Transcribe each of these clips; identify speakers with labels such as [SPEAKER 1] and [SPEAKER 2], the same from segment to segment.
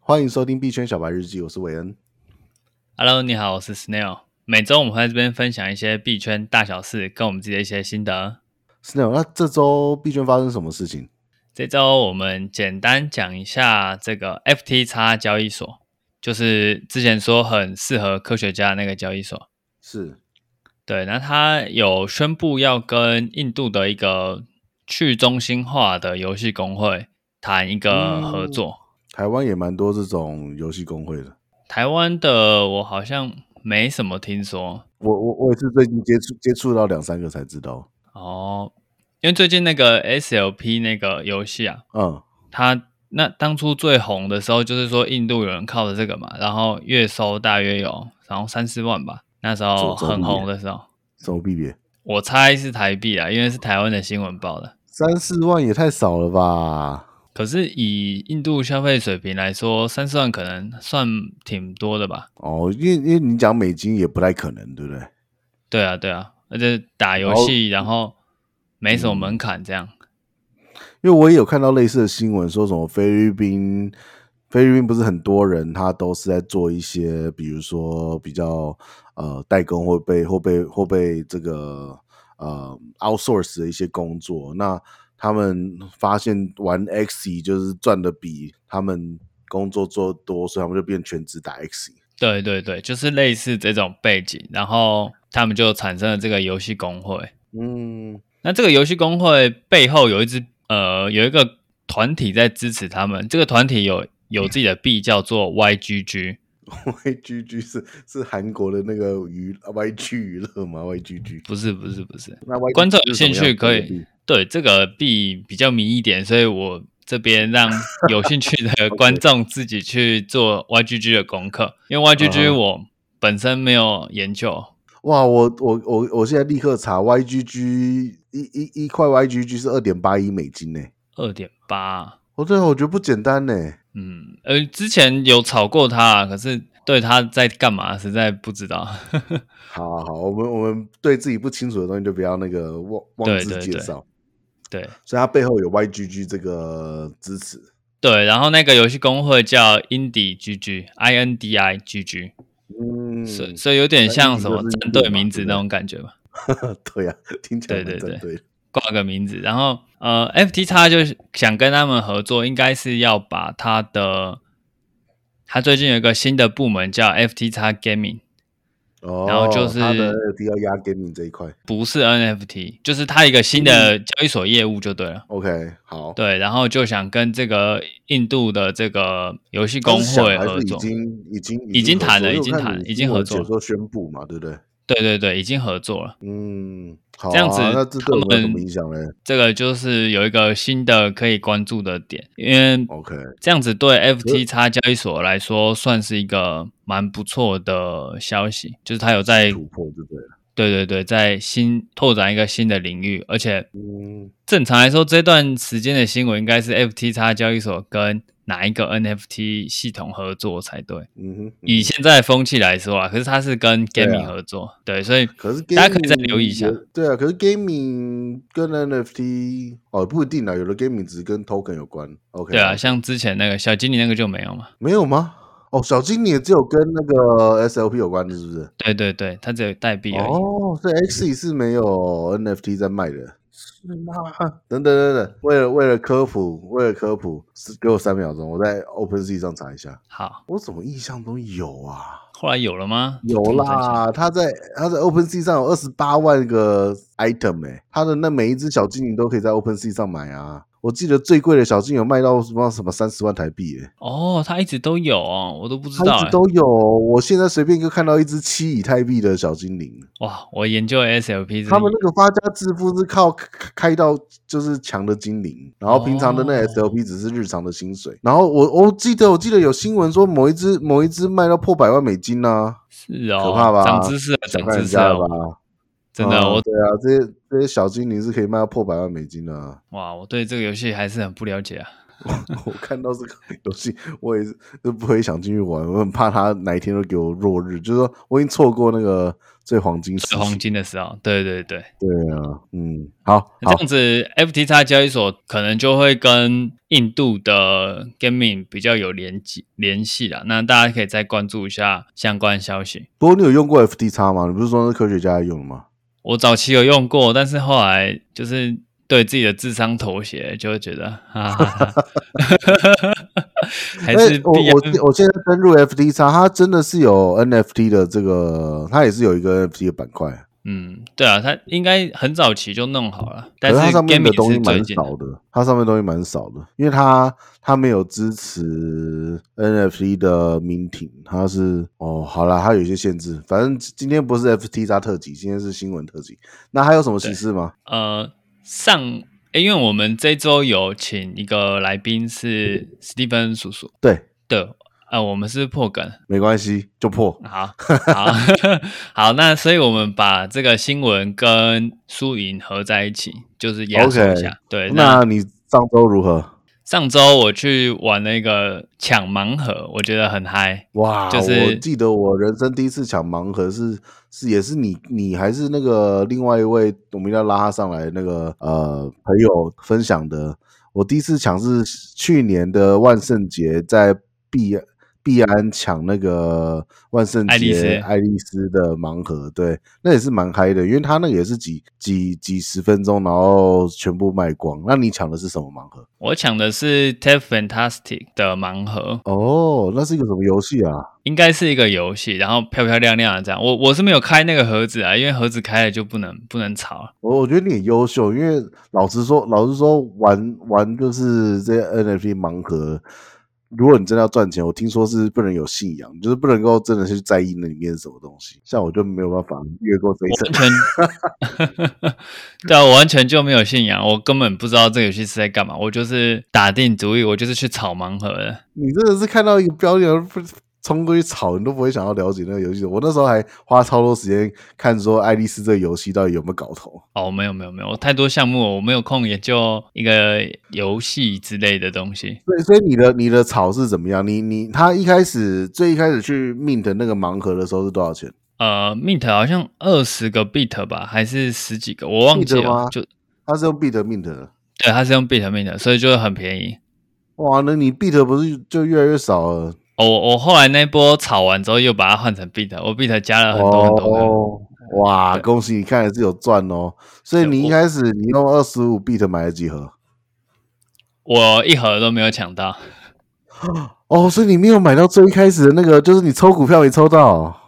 [SPEAKER 1] 欢迎收听币圈小白日记，我是韦恩。
[SPEAKER 2] Hello，你好，我是 Snail。每周我们会在这边分享一些币圈大小事，跟我们自己的一些心得。
[SPEAKER 1] Snail，那这周币圈发生什么事情？
[SPEAKER 2] 这周我们简单讲一下这个 FTX 交易所，就是之前说很适合科学家的那个交易所。
[SPEAKER 1] 是
[SPEAKER 2] 对，那它有宣布要跟印度的一个去中心化的游戏工会谈一个合作。
[SPEAKER 1] 台湾也蛮多这种游戏工会的，
[SPEAKER 2] 台湾的我好像没什么听说，
[SPEAKER 1] 我我我也是最近接触接触到两三个才知道。
[SPEAKER 2] 哦，因为最近那个 SLP 那个游戏啊，
[SPEAKER 1] 嗯，
[SPEAKER 2] 它那当初最红的时候，就是说印度有人靠着这个嘛，然后月收大约有然后三四万吧，那时候
[SPEAKER 1] 这么
[SPEAKER 2] 很
[SPEAKER 1] 多
[SPEAKER 2] 红的时候，
[SPEAKER 1] 什么币别？
[SPEAKER 2] 我猜是台币啊，因为是台湾的新闻报的。
[SPEAKER 1] 三四万也太少了吧？
[SPEAKER 2] 可是以印度消费水平来说，三四万可能算挺多的吧？
[SPEAKER 1] 哦，因为因为你讲美金也不太可能，对不对？
[SPEAKER 2] 对啊，对啊，而且打游戏然后嗯没什么门槛，这样。
[SPEAKER 1] 因为我也有看到类似的新闻，说什么菲律宾，菲律宾不是很多人，他都是在做一些，比如说比较呃代工或被或被或被这个呃 outsource 的一些工作。那他们发现玩 X 就是赚的比他们工作做多，所以他们就变全职打 X。
[SPEAKER 2] 对对对，就是类似这种背景，然后他们就产生了这个游戏工会。
[SPEAKER 1] 嗯，
[SPEAKER 2] 那这个游戏工会背后有一支呃有一个团体在支持他们，这个团体有有自己的币叫做 YGG，
[SPEAKER 1] YGG 是是韩国的那个娱 YG 娱乐吗？YGG
[SPEAKER 2] 不是不是不是，
[SPEAKER 1] 那 YGG
[SPEAKER 2] 观众有
[SPEAKER 1] 是什么
[SPEAKER 2] 兴趣
[SPEAKER 1] 样
[SPEAKER 2] 可
[SPEAKER 1] 的
[SPEAKER 2] 以
[SPEAKER 1] 币
[SPEAKER 2] 对这个币比较迷一点，所以我这边让有兴趣的观众自己去做 YGG 的功课，因为 YGG
[SPEAKER 1] 嗯
[SPEAKER 2] 我本身没有研究，
[SPEAKER 1] 哇，我我我我现在立刻查 YGG 一一一块 YGG 是二点八一美金呢、
[SPEAKER 2] 二点八。
[SPEAKER 1] 哦，对啊，我觉得不简单呢、
[SPEAKER 2] 嗯，呃，之前有炒过他，可是对他在干嘛实在不知道。
[SPEAKER 1] 好好好，我们我们对自己不清楚的东西就不要那个妄妄
[SPEAKER 2] 对
[SPEAKER 1] 自
[SPEAKER 2] 对
[SPEAKER 1] 介
[SPEAKER 2] 对
[SPEAKER 1] 绍，
[SPEAKER 2] 对
[SPEAKER 1] 所以它背后有 YGG 这个支持。
[SPEAKER 2] 对，然后那个游戏工会叫 Indie GG I N D I GG，
[SPEAKER 1] 嗯，
[SPEAKER 2] 所、所以有点像什么
[SPEAKER 1] 那 Indie 就是
[SPEAKER 2] 战
[SPEAKER 1] 印度
[SPEAKER 2] 队
[SPEAKER 1] 嘛
[SPEAKER 2] 名字
[SPEAKER 1] 对不
[SPEAKER 2] 那
[SPEAKER 1] 对
[SPEAKER 2] 种感觉吧，
[SPEAKER 1] 对呀、啊，听起来蛮
[SPEAKER 2] 对对
[SPEAKER 1] 正对的。
[SPEAKER 2] 挂个名字。然后呃，F T x 就是想跟他们合作，应该是要把他的他最近有一个新的部门叫 F T x Gaming，
[SPEAKER 1] 哦，
[SPEAKER 2] 然后就是
[SPEAKER 1] 它的 NFT 要压 gaming 这一块。
[SPEAKER 2] 不是 N F T，就是他一个
[SPEAKER 1] 嗯
[SPEAKER 2] 新的交易所业务就对了。
[SPEAKER 1] OK，好，
[SPEAKER 2] 对，然后就想跟这个印度的这个游戏
[SPEAKER 1] 它
[SPEAKER 2] 工
[SPEAKER 1] 是想
[SPEAKER 2] 会
[SPEAKER 1] 还
[SPEAKER 2] 合
[SPEAKER 1] 是已
[SPEAKER 2] 作。
[SPEAKER 1] 经已经
[SPEAKER 2] 已经
[SPEAKER 1] 合
[SPEAKER 2] 谈
[SPEAKER 1] 作
[SPEAKER 2] 了
[SPEAKER 1] 因为
[SPEAKER 2] 已
[SPEAKER 1] 我
[SPEAKER 2] 经
[SPEAKER 1] 看
[SPEAKER 2] 谈
[SPEAKER 1] 你
[SPEAKER 2] 已经
[SPEAKER 1] 新
[SPEAKER 2] 合
[SPEAKER 1] 闻写
[SPEAKER 2] 作
[SPEAKER 1] 说宣布嘛，对不对？
[SPEAKER 2] 对对对，已经合作了。
[SPEAKER 1] 嗯，好、啊，
[SPEAKER 2] 这样子
[SPEAKER 1] 那这对我
[SPEAKER 2] 他
[SPEAKER 1] 们有什么
[SPEAKER 2] 们
[SPEAKER 1] 影响嘞
[SPEAKER 2] 这个就是有一个新的可以关注的点，因为
[SPEAKER 1] ？OK，
[SPEAKER 2] 这样子对 FTX 交易所来说算是一个蛮不错的消息，就是它有在
[SPEAKER 1] 突破对不对了？
[SPEAKER 2] 对对对，在新拓展一个新的领域，而且
[SPEAKER 1] 嗯，
[SPEAKER 2] 正常来说，这段时间的新闻应该是 FTX 交易所跟哪一个 NFT 系统合作才对。
[SPEAKER 1] 嗯哼，
[SPEAKER 2] 以现在的风气来说啊，可是它是跟
[SPEAKER 1] 对啊
[SPEAKER 2] Gaming 合作，对，啊所以
[SPEAKER 1] 可是 gaming,
[SPEAKER 2] 大家可以再留意一下
[SPEAKER 1] 有。对啊，可是 gaming 跟 NFT 哦不一定啊，有的 gaming 只是跟 token 有关。OK，
[SPEAKER 2] 对啊，
[SPEAKER 1] 好
[SPEAKER 2] 像之前那个小精灵那个就没有嘛。
[SPEAKER 1] 没有吗？哦，小精灵也只有跟那个 SLP 有关的，是不是？
[SPEAKER 2] 对对对，它只有代币而已。
[SPEAKER 1] 哦，所以 X 是没有 NFT 在卖的，是吗？等等等等，为了为了科普，为了科普，是给我三秒钟，我在 OpenSea 上查一下，
[SPEAKER 2] 好，
[SPEAKER 1] 我怎么印象中有啊？
[SPEAKER 2] 后来有了吗？
[SPEAKER 1] 有啦，他在他在 OpenSea 上有二十八万个 item 哎、他的那每一只小精灵都可以在 OpenSea 上买啊。我记得最贵的小精灵有卖到什么什么三十万台币哎、
[SPEAKER 2] 哦，它一直都有哦，我都不知
[SPEAKER 1] 他
[SPEAKER 2] 道
[SPEAKER 1] 一
[SPEAKER 2] 哎
[SPEAKER 1] 直。都有。我现在随便就看到一只七以太币的小精灵，
[SPEAKER 2] 哇，我研究 SLP 是
[SPEAKER 1] 他们那个发家致富是靠开开到就是强的精灵，然后平常的那
[SPEAKER 2] 哦
[SPEAKER 1] SLP 只是日常的薪水。然后我我记得我记得有新闻说某一只某一只卖到破百万美金呢、啊，
[SPEAKER 2] 是哦，
[SPEAKER 1] 可怕吧
[SPEAKER 2] 长知识了，
[SPEAKER 1] 小
[SPEAKER 2] 长
[SPEAKER 1] 看人
[SPEAKER 2] 知识哦
[SPEAKER 1] 家
[SPEAKER 2] 了
[SPEAKER 1] 了，吧？
[SPEAKER 2] 真的，
[SPEAKER 1] 嗯
[SPEAKER 2] 我
[SPEAKER 1] 对啊，这些这些小精灵是可以卖到破百万美金的、啊。
[SPEAKER 2] 哇，我对这个游戏还是很不了解啊。
[SPEAKER 1] 我我看到这个游戏，我也是就不会想进去玩，我很怕它哪一天都给我落日，就是说我已经错过那个最黄金时期。
[SPEAKER 2] 最黄金的时候，对对对，
[SPEAKER 1] 对啊，嗯，好，
[SPEAKER 2] 这
[SPEAKER 1] 好，
[SPEAKER 2] 样子 FTX 交易所可能就会跟印度的 gaming 比较有联系联系啦。那大家可以再关注一下相关消息。
[SPEAKER 1] 不过你有用过 FT x 吗？你不是说是科学家在用的吗？
[SPEAKER 2] 我早期有用过，但是后来就是对自己的智商妥协，就会觉得哈 哈哈，还是
[SPEAKER 1] 哎我
[SPEAKER 2] 必要
[SPEAKER 1] 我我现在登入 FT x 它真的是有 NFT 的这个，它也是有一个 NFT 的板块，
[SPEAKER 2] 嗯，对啊，它应该很早期就弄好了，
[SPEAKER 1] 可
[SPEAKER 2] 但
[SPEAKER 1] 它上面的
[SPEAKER 2] gaming
[SPEAKER 1] 东西
[SPEAKER 2] 是最
[SPEAKER 1] 蛮
[SPEAKER 2] 近的
[SPEAKER 1] 少的，它上面东西蛮少的，因为它它没有支持 NFT 的 minting，它是哦，好啦，它有一些限制。反正今天不是 FT 加特辑，今天是新闻特辑。那还有什么歧视吗？
[SPEAKER 2] 呃，上，诶因为我们这周有请一个来宾是
[SPEAKER 1] 嗯
[SPEAKER 2] 史蒂芬叔叔，
[SPEAKER 1] 对，
[SPEAKER 2] 对，呃，我们是破梗，
[SPEAKER 1] 没关系，就破。
[SPEAKER 2] 好，好，好，那所以我们把这个新闻跟输赢合在一起，就是压缩一下。对，那
[SPEAKER 1] 那你上周如何？
[SPEAKER 2] 上周我去玩那个抢盲盒，我觉得很嗨。
[SPEAKER 1] 哇，
[SPEAKER 2] 就是
[SPEAKER 1] 我记得我人生第一次抢盲盒是是也是你你还是那个另外一位我们要拉他上来那个呃朋友分享的，我第一次抢是去年的万圣节在毕毕安抢那个万圣节
[SPEAKER 2] 爱丽丝
[SPEAKER 1] 爱丽丝的盲盒，对，那也是蛮嗨的，因为他那个也是几几几十分钟，然后全部卖光。那你抢的是什么盲盒？
[SPEAKER 2] 我抢的是 t e f Fantastic 的盲盒，
[SPEAKER 1] 哦，那是一个什么游戏啊？
[SPEAKER 2] 应该是一个游戏，然后漂漂亮亮的这样。我我是没有开那个盒子啊，因为盒子开了就不能不能吵。
[SPEAKER 1] 我我觉得你很优秀，因为老实说，老实说玩玩就是这些 NFT 盲盒，如果你真的要赚钱，我听说是不能有信仰，就是不能够真的去在意那里面是什么东西。像我就没有办法越过这一
[SPEAKER 2] 我
[SPEAKER 1] 层
[SPEAKER 2] 完。全， 对啊，我完全就没有信仰，我根本不知道这个游戏是在干嘛，我就是打定主意，我就是去炒盲盒的。
[SPEAKER 1] 你真的是看到一个标点不冲过去炒，你都不会想要了解那个游戏。我那时候还花超多时间看说爱丽丝这个游戏到底有没有搞头。
[SPEAKER 2] 哦，没有没有没有，我太多项目了，我没有空研究一个游戏之类的东西。
[SPEAKER 1] 对，所以你的你的炒是怎么样？你你他一开始最一开始去 mint 那个盲盒的时候是多少钱？
[SPEAKER 2] 呃，Mint 好像二十个 bit 吧，还是十几个，我忘记
[SPEAKER 1] bit 吗
[SPEAKER 2] 了。就
[SPEAKER 1] 他是用 bit mint 的。
[SPEAKER 2] 对，它是用 bit mint，所以就很便宜。
[SPEAKER 1] 哇，那你 bit 不是就越来越少了？
[SPEAKER 2] 哦我我后来那波炒完之后，又把它换成 bit，我 bit 加呃了很多很多个。
[SPEAKER 1] 哦，哇，
[SPEAKER 2] 对
[SPEAKER 1] 恭喜你看来是有赚哦。所以
[SPEAKER 2] 对
[SPEAKER 1] 你一
[SPEAKER 2] 我
[SPEAKER 1] 开始你用二十五 bit 买了几盒？
[SPEAKER 2] 我一盒都没有抢到，
[SPEAKER 1] 哦，所以你没有买到最一开始的那个，就是你抽股票没抽到。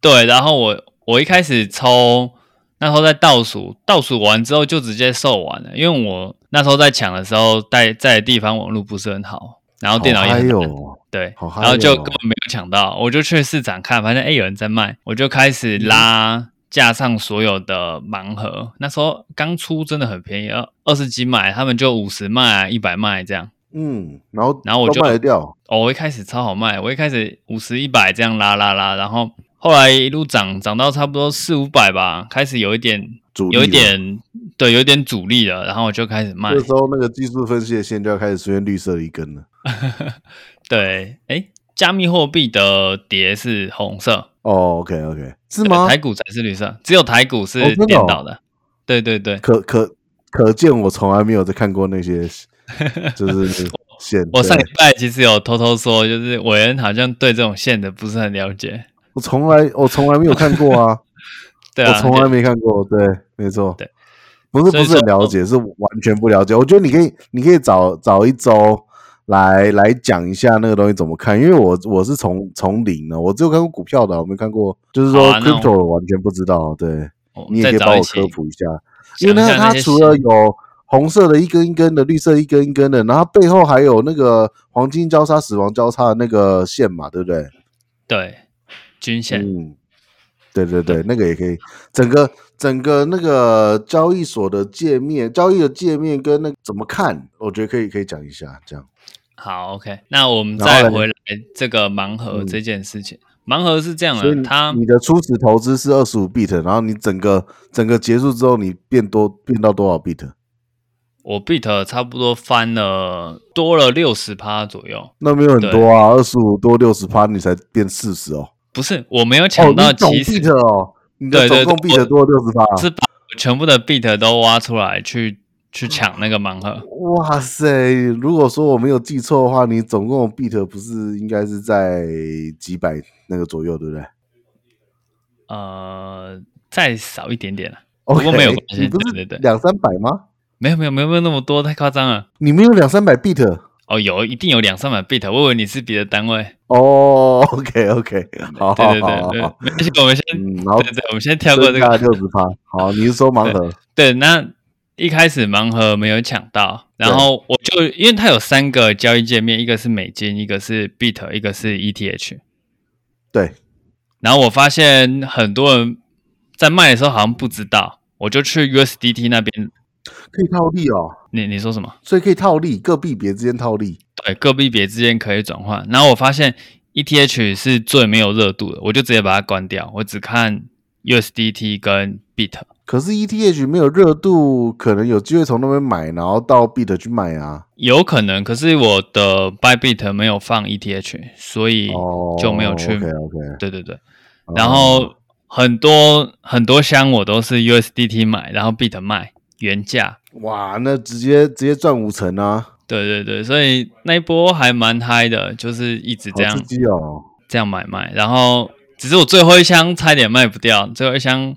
[SPEAKER 2] 对，然后我我一开始抽，那时候在倒数，倒数完之后就直接售完了，因为我那时候在抢的时候，在在的地方网络不是很好，然哦后电脑也
[SPEAKER 1] 哎
[SPEAKER 2] 很
[SPEAKER 1] 呦
[SPEAKER 2] 烂，，对，
[SPEAKER 1] 好嗨
[SPEAKER 2] 然后就
[SPEAKER 1] 哦
[SPEAKER 2] 根本没有抢到，我就去市场看，发现哎有人在卖，我就开始
[SPEAKER 1] 嗯
[SPEAKER 2] 拉架上所有的盲盒，那时候刚出真的很便宜，二二十几买，他们就五十卖、一百卖这样。
[SPEAKER 1] 嗯，然后
[SPEAKER 2] 然后我
[SPEAKER 1] 都
[SPEAKER 2] 就
[SPEAKER 1] 卖得掉。
[SPEAKER 2] 哦，我一开始超好卖，我一开始五十一百这样拉拉拉，然后后来一路涨，涨到差不多四五百吧，开始有一点，
[SPEAKER 1] 主力
[SPEAKER 2] 有一
[SPEAKER 1] 了，
[SPEAKER 2] 点，对，有一点阻力了，然后我就开始卖
[SPEAKER 1] 这。时候那个技术分析的线就要开始出现绿色的一根了。
[SPEAKER 2] 对，哎，加密货币的碟是红色，
[SPEAKER 1] 哦，OK OK，是
[SPEAKER 2] 对
[SPEAKER 1] 吗？
[SPEAKER 2] 台股才是绿色，只有台股是
[SPEAKER 1] 哦真的哦
[SPEAKER 2] 颠倒的。对对对，
[SPEAKER 1] 可可可见我从来没有在看过那些， 就是线。
[SPEAKER 2] 我上
[SPEAKER 1] 对
[SPEAKER 2] 礼拜其实有偷偷说，就是伟恩好像对这种线的不是很了解。
[SPEAKER 1] 我从来我从来没有看过啊。
[SPEAKER 2] 对
[SPEAKER 1] 我
[SPEAKER 2] 啊，
[SPEAKER 1] 从来没看过，对，没错，
[SPEAKER 2] 对，
[SPEAKER 1] 不是
[SPEAKER 2] 所
[SPEAKER 1] 不
[SPEAKER 2] 以
[SPEAKER 1] 是很
[SPEAKER 2] 说哦
[SPEAKER 1] 了解，是完全不了解。我觉得你可以，你可以找找一周来来讲一下那个东西怎么看，因为我我是从从零啊的，我只有看过股票的，我没看过，就是说
[SPEAKER 2] 好啊那我
[SPEAKER 1] crypto 我完全不知道，对
[SPEAKER 2] 我
[SPEAKER 1] 你
[SPEAKER 2] 们
[SPEAKER 1] 也可以
[SPEAKER 2] 再找
[SPEAKER 1] 帮
[SPEAKER 2] 一
[SPEAKER 1] 我
[SPEAKER 2] 起
[SPEAKER 1] 科普一下，因
[SPEAKER 2] 想
[SPEAKER 1] 为
[SPEAKER 2] 一下
[SPEAKER 1] 呢，
[SPEAKER 2] 那
[SPEAKER 1] 它
[SPEAKER 2] 些
[SPEAKER 1] 除了有红色的一根一根的，绿色一根一根的，然后背后还有那个黄金交叉、死亡交叉的那个线嘛，对不对？
[SPEAKER 2] 对均线，
[SPEAKER 1] 嗯，对对对，那个也可以。整个整个那个交易所的界面，交易的界面跟那怎么看，我觉得可以可以讲一下。这样，
[SPEAKER 2] 好，OK，那我们
[SPEAKER 1] 然后
[SPEAKER 2] 再
[SPEAKER 1] 嘞
[SPEAKER 2] 回来这个盲盒
[SPEAKER 1] 嗯
[SPEAKER 2] 这件事情。盲盒是这样
[SPEAKER 1] 所以
[SPEAKER 2] 的，
[SPEAKER 1] 你
[SPEAKER 2] 它
[SPEAKER 1] 你的初始投资是二十五 bit，然后你整个整个结束之后，你变多变到多少 bit？
[SPEAKER 2] 我 bit 差不多翻了多了六十趴左右，
[SPEAKER 1] 那没有很多啊，二十五多六十趴，你才变四十哦。
[SPEAKER 2] 不是我没有
[SPEAKER 1] 哦，
[SPEAKER 2] 抢到
[SPEAKER 1] 你总
[SPEAKER 2] 其实
[SPEAKER 1] beat 哦，你的
[SPEAKER 2] 对对
[SPEAKER 1] 总共
[SPEAKER 2] 对我
[SPEAKER 1] beat 多六十趴。
[SPEAKER 2] 是把全部的 bit 都挖出来去去抢那个盲盒。
[SPEAKER 1] 哇塞！如果说我没有记错的话，你总共 beat 不是应该是在几百那个左右，对不对
[SPEAKER 2] 呃，再少一点点了。
[SPEAKER 1] ？OK，
[SPEAKER 2] 过没有关系
[SPEAKER 1] 你不
[SPEAKER 2] 对对对
[SPEAKER 1] 是两三百吗？
[SPEAKER 2] 没有没有没有没有那么多，太夸张了。
[SPEAKER 1] 你没有两三百 beat
[SPEAKER 2] 哦，有一定有两三百 bit，我以为你是别的单位。
[SPEAKER 1] 哦。OK OK，好
[SPEAKER 2] 对
[SPEAKER 1] 好
[SPEAKER 2] 对
[SPEAKER 1] 好
[SPEAKER 2] 对
[SPEAKER 1] 好
[SPEAKER 2] 对
[SPEAKER 1] 好，，
[SPEAKER 2] 没关系，我们先
[SPEAKER 1] 哦嗯， 然后
[SPEAKER 2] 对对，我们先跳过这
[SPEAKER 1] 增加
[SPEAKER 2] 个。
[SPEAKER 1] 六十趴。好，你是说盲盒？
[SPEAKER 2] 对，那一开始盲盒没有抢到，然后我就因为它有三个交易界面，一个是美金，一个是 bit，一个是 ETH。
[SPEAKER 1] 对，
[SPEAKER 2] 然后我发现很多人在卖的时候好像不知道，我就去 USDT 那边。
[SPEAKER 1] 可以套利哦，
[SPEAKER 2] 你你说什么？
[SPEAKER 1] 所以可以套利，各币别之间套利。
[SPEAKER 2] 对，各币别之间可以转换。然后我发现 ETH 是最没有热度的，我就直接把它关掉，我只看 USDT 跟 bit。
[SPEAKER 1] 可是 ETH 没有热度，可能有机会从那边买，然后到 bit 去买啊。
[SPEAKER 2] 有可能，可是我的 Bybit 没有放 ETH，所以
[SPEAKER 1] 哦，
[SPEAKER 2] 嗯就没有去。
[SPEAKER 1] OK 哦 OK，
[SPEAKER 2] 对对对，然后很多很多箱我都是 USDT 买，然后 Bit 卖原价。
[SPEAKER 1] 哇，那直接直接赚五成啊，
[SPEAKER 2] 对对对，所以那一波还蛮嗨的，就是一直这
[SPEAKER 1] 好
[SPEAKER 2] 样
[SPEAKER 1] 刺激哦！
[SPEAKER 2] 这样买卖，然后只是我最后一箱差点卖不掉，最后 一箱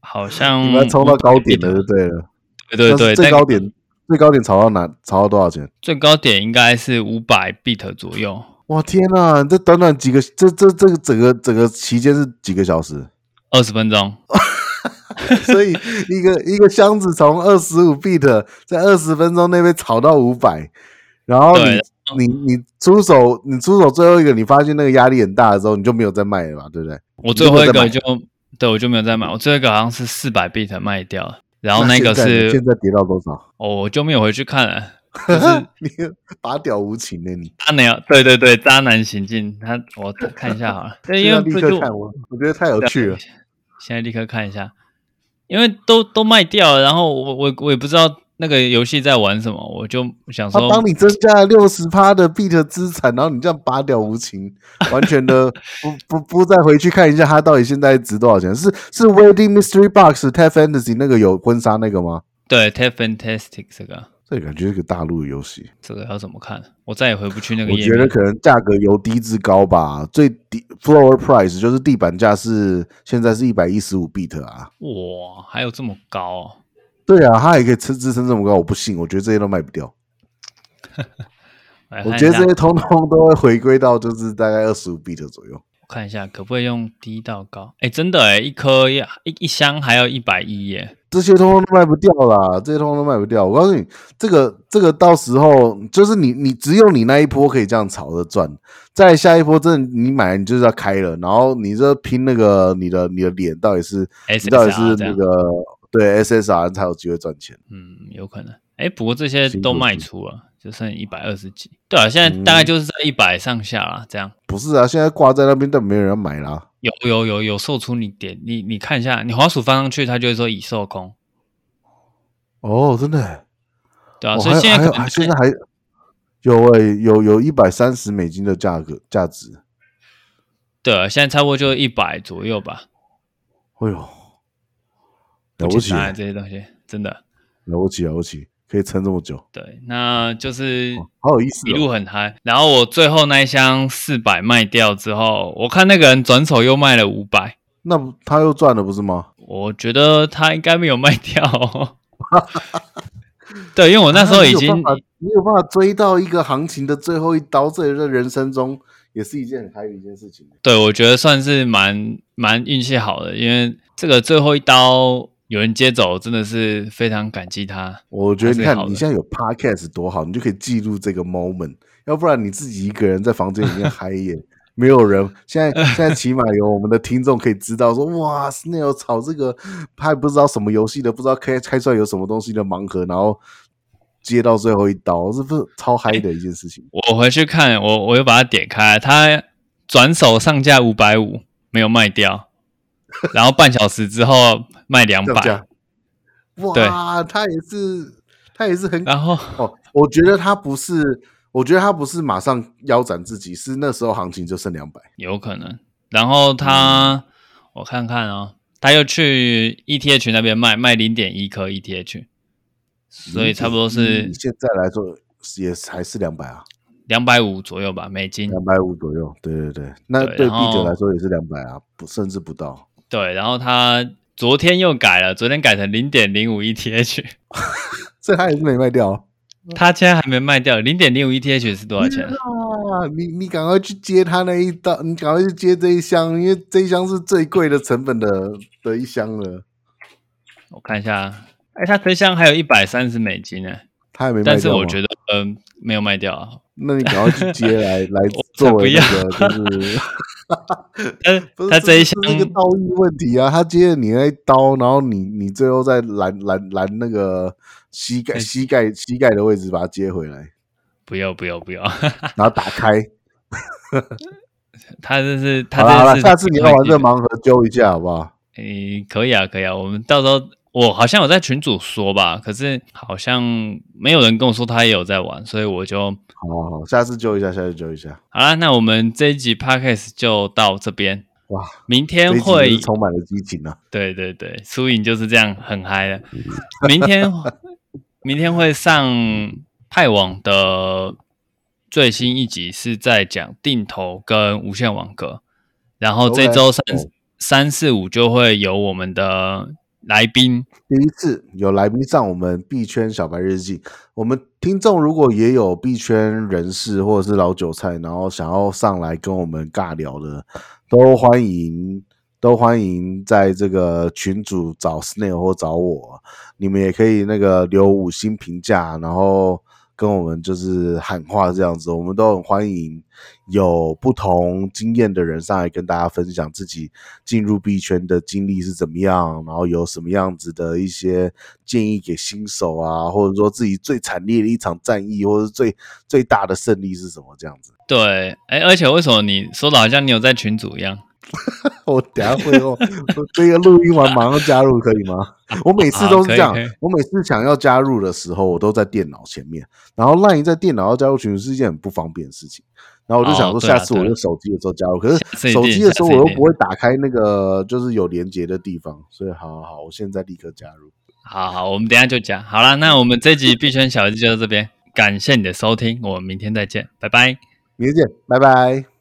[SPEAKER 2] 好像
[SPEAKER 1] 你们冲到高点了
[SPEAKER 2] 的，
[SPEAKER 1] 就对了。
[SPEAKER 2] 嗯对对
[SPEAKER 1] 但
[SPEAKER 2] 对，
[SPEAKER 1] 是最
[SPEAKER 2] 但
[SPEAKER 1] 高点最高点炒到哪？炒到多少钱？
[SPEAKER 2] 最高点应该是五百 Bit 左右，
[SPEAKER 1] 哇天呐、这短短几个，这这这个整个整个期间是几个小时？
[SPEAKER 2] 二十分钟。
[SPEAKER 1] 所以一个一个箱子从二十五 bit 在二十分钟内被炒到五百，然后
[SPEAKER 2] 对
[SPEAKER 1] 你你你出手你出手最后一个，你发现那个压力很大的时候，你就没有再卖了嘛，对不对？
[SPEAKER 2] 我最后一
[SPEAKER 1] 你就没有
[SPEAKER 2] 个就对我就没有再买，我最后一个好像是四百 bit 卖掉了，然后
[SPEAKER 1] 那
[SPEAKER 2] 那个
[SPEAKER 1] 现在你
[SPEAKER 2] 是
[SPEAKER 1] 现在跌到多少？
[SPEAKER 2] 哦，我就没有回去看了。就是
[SPEAKER 1] 你拔屌无情呢、你
[SPEAKER 2] 渣男，对对对，渣男行径，他我看一 下好了，对，因
[SPEAKER 1] 要
[SPEAKER 2] 为
[SPEAKER 1] 立
[SPEAKER 2] 这
[SPEAKER 1] 刻
[SPEAKER 2] 就
[SPEAKER 1] 看我，我觉得太有趣了。
[SPEAKER 2] 啊现在立刻看一下，因为都都卖掉了，然后我我我也不知道那个游戏在玩什么，我就想
[SPEAKER 1] 他帮
[SPEAKER 2] 说，
[SPEAKER 1] 你增加了六十趴的 bit 资产，然后你这样拔屌无情，完全的 不不不再回去看一下它到底现在值多少钱？是是 Wedding Mystery Box Tap Fantasy 那个有婚纱那个吗？
[SPEAKER 2] 对 t a p Fantastic 这个
[SPEAKER 1] 这感觉是个大陆游戏，
[SPEAKER 2] 这个要怎么看？我再也回不去那个
[SPEAKER 1] 我
[SPEAKER 2] 页
[SPEAKER 1] 觉得
[SPEAKER 2] 面。
[SPEAKER 1] 可能价格由低至高吧。最低 floor price 就是地板价是现在是一百一十五 bit 啊。
[SPEAKER 2] 哇，还有这么高哦！
[SPEAKER 1] 对啊，它也可以支支撑这么高，我不信，我觉得这些都卖不掉。
[SPEAKER 2] 来
[SPEAKER 1] 我
[SPEAKER 2] 看一
[SPEAKER 1] 觉得
[SPEAKER 2] 下
[SPEAKER 1] 这些通通都会回归到就是大概二十五 bit 左右。
[SPEAKER 2] 我看一下可不可以用低到高？哎，真的哎，一颗要一一箱还要一百一耶！
[SPEAKER 1] 这些通通都卖不掉啦，这些通通都卖不掉。我告诉你，这个这个到时候就是你你只有你那一波可以这样炒着赚，再下一波真的你买了你就是要开了，然后你这拼那个你的你的脸到底是
[SPEAKER 2] SSR
[SPEAKER 1] 你到底是那
[SPEAKER 2] 这样
[SPEAKER 1] 个对 SSR 才有机会赚钱。
[SPEAKER 2] 嗯，有可能。哎，不过这些
[SPEAKER 1] 辛苦
[SPEAKER 2] 都卖
[SPEAKER 1] 你
[SPEAKER 2] 出了，就剩一百二十几。对啊，现在
[SPEAKER 1] 嗯
[SPEAKER 2] 大概就是在一百上下啦。这样
[SPEAKER 1] 不是啊，现在挂在那边但没有人要买啦。
[SPEAKER 2] 有有有有售出你点，你你看一下，你滑鼠放上去，它就会说已售空。
[SPEAKER 1] 哦，真的欸，
[SPEAKER 2] 对啊，
[SPEAKER 1] 哦
[SPEAKER 2] 所
[SPEAKER 1] 还有
[SPEAKER 2] 以现在
[SPEAKER 1] 还有
[SPEAKER 2] 可能哎
[SPEAKER 1] 还现在还有诶、有有一百三十美金的价格价值。
[SPEAKER 2] 对啊，现在差不多就一百左右吧。
[SPEAKER 1] 哎呦，了不起
[SPEAKER 2] 简
[SPEAKER 1] 欸、
[SPEAKER 2] 单啊这些东西真的
[SPEAKER 1] 了不起，了不起，可以撑这么久，
[SPEAKER 2] 对，那就是
[SPEAKER 1] 好有意思、
[SPEAKER 2] 一
[SPEAKER 1] 哦。
[SPEAKER 2] 路很嗨。然后我最后那一箱四百卖掉之后，我看那个人转手又卖了五百。
[SPEAKER 1] 那不他又赚了不是吗？
[SPEAKER 2] 我觉得他应该没有卖掉、哦。 对，因为我那时候
[SPEAKER 1] 啊
[SPEAKER 2] 已经
[SPEAKER 1] 你有办法，你有办法追到一个行情的最后一刀，这在人生中也是一件很嗨的一件事情。
[SPEAKER 2] 对我觉得算是蛮蛮运气好的，因为这个最后一刀有人接走，真的是非常感激他。
[SPEAKER 1] 我觉得你
[SPEAKER 2] 还是
[SPEAKER 1] 看
[SPEAKER 2] 好的
[SPEAKER 1] 你现在有 podcast 多好，你就可以记录这个 moment，要不然你自己一个人在房间里面 嗨耶，没有人。现在现在起码有我们的听众可以知道说，哇，Snail 炒这个，他也不知道什么游戏的，不知道开开出来有什么东西的盲盒，然后接到最后一刀，这不是超嗨的一件事情？
[SPEAKER 2] 我回去看，我我又把它点开，他转手上架五百五，没有卖掉，然后半小时之后卖两
[SPEAKER 1] 这样
[SPEAKER 2] 百，
[SPEAKER 1] 讲，哇，他也是，他他也是很
[SPEAKER 2] 然后
[SPEAKER 1] 哦，我觉得他不是，我觉得他不是马上腰斩自己，是那时候行情就剩两百。
[SPEAKER 2] 有可能。然后他，我看看哦，他又去 ETH 那边卖，卖零点一颗 ETH，所以差不多是
[SPEAKER 1] 以现在来说也还是两百啊，
[SPEAKER 2] 两百五左右吧，美金。
[SPEAKER 1] 两百五左右。对对对，那
[SPEAKER 2] 嗯对
[SPEAKER 1] 对
[SPEAKER 2] 然后
[SPEAKER 1] B 九来说也是两百啊，不甚至不到。
[SPEAKER 2] 对，然后他昨天又改了，昨天改成零点零五 E ETH，
[SPEAKER 1] 所以他也是没卖掉啊。
[SPEAKER 2] 他现在还没卖掉。零点零五 ETH 是多少钱？
[SPEAKER 1] 啊，你你赶快去接他那一道，你赶快去接这一箱，因为这一箱是最贵的成本的的一箱了，
[SPEAKER 2] 我看一下，哎，他这箱还有一百三十美金呢，
[SPEAKER 1] 他还没卖掉吗。
[SPEAKER 2] 但是我觉
[SPEAKER 1] 得，
[SPEAKER 2] 得，嗯、没有卖掉啊。
[SPEAKER 1] 那你赶快去接 来来
[SPEAKER 2] 我才
[SPEAKER 1] 作
[SPEAKER 2] 不
[SPEAKER 1] 为
[SPEAKER 2] 要
[SPEAKER 1] 那个 就是。
[SPEAKER 2] 但是
[SPEAKER 1] 不是
[SPEAKER 2] 他这一
[SPEAKER 1] 是
[SPEAKER 2] 箱
[SPEAKER 1] 是那个道义问题啊，他接了你那一刀，然后你你最后再拦拦拦那个膝盖
[SPEAKER 2] 哎
[SPEAKER 1] 膝盖膝盖的位置把它接回来，
[SPEAKER 2] 不要不要不要，
[SPEAKER 1] 然后打开。
[SPEAKER 2] 他这是 他
[SPEAKER 1] 好啦好
[SPEAKER 2] 这
[SPEAKER 1] 啦，
[SPEAKER 2] 是
[SPEAKER 1] 下次你要玩这盲盒揪一下好不好？
[SPEAKER 2] 诶，可以啊，可以啊，我们到时候我好像有在群主说吧，可是好像没有人跟我说他也有在玩，所以我就
[SPEAKER 1] 好好好，下次揪一下，下次揪一下。
[SPEAKER 2] 好啦。那我们这一集 podcast 就到这边，
[SPEAKER 1] 哇，
[SPEAKER 2] 明
[SPEAKER 1] 这
[SPEAKER 2] 天
[SPEAKER 1] 一集真
[SPEAKER 2] 会
[SPEAKER 1] 是充满了激情啊！
[SPEAKER 2] 对对对，输赢就是这样，很嗨的。
[SPEAKER 1] 嗯
[SPEAKER 2] 明天 明天会上派网的最新一集，是在讲定投跟无线网格。然后这
[SPEAKER 1] OK
[SPEAKER 2] 周三
[SPEAKER 1] 哦
[SPEAKER 2] 三四五就会有我们的来宾，
[SPEAKER 1] 第一次有来宾上我们币圈小白日记，我们听众如果也有币圈人士或者是老韭菜，然后想要上来跟我们尬聊的，都欢迎，都欢迎在这个群组找 Snail 或找我，你们也可以那个留五星评价，然后跟我们就是喊话这样子，我们都很欢迎有不同经验的人上来跟大家分享自己进入币圈的经历是怎么样，然后有什么样子的一些建议给新手啊，或者说自己最惨烈的一场战役，或者是最最大的胜利是什么这样子。
[SPEAKER 2] 对，哎，而且为什么你说的好像你有在群组一样？
[SPEAKER 1] 我等下会 哦，我这个录音完马上加入可以吗？我每次都是这样
[SPEAKER 2] 好啊可以可以，
[SPEAKER 1] 我每次想要加入的时候，我都在电脑前面，然后赖在电脑要加入群组是一件很不方便的事情。然后我就想
[SPEAKER 2] 哦
[SPEAKER 1] 说，
[SPEAKER 2] 对啊
[SPEAKER 1] 下次我
[SPEAKER 2] 对啊
[SPEAKER 1] 用手机的时候加入，可
[SPEAKER 2] 下
[SPEAKER 1] 是
[SPEAKER 2] 次一
[SPEAKER 1] 手
[SPEAKER 2] 定
[SPEAKER 1] 机的时候
[SPEAKER 2] 下次
[SPEAKER 1] 我
[SPEAKER 2] 一
[SPEAKER 1] 又
[SPEAKER 2] 定
[SPEAKER 1] 不会打开那个就是有连接的地方，所以好好好，我现在立刻加入。
[SPEAKER 2] 好好，我们等一下就讲。好啦，那我们这集币圈小日记就到这边，感谢你的收听，我们明天再见，拜拜。
[SPEAKER 1] 明天见，拜拜。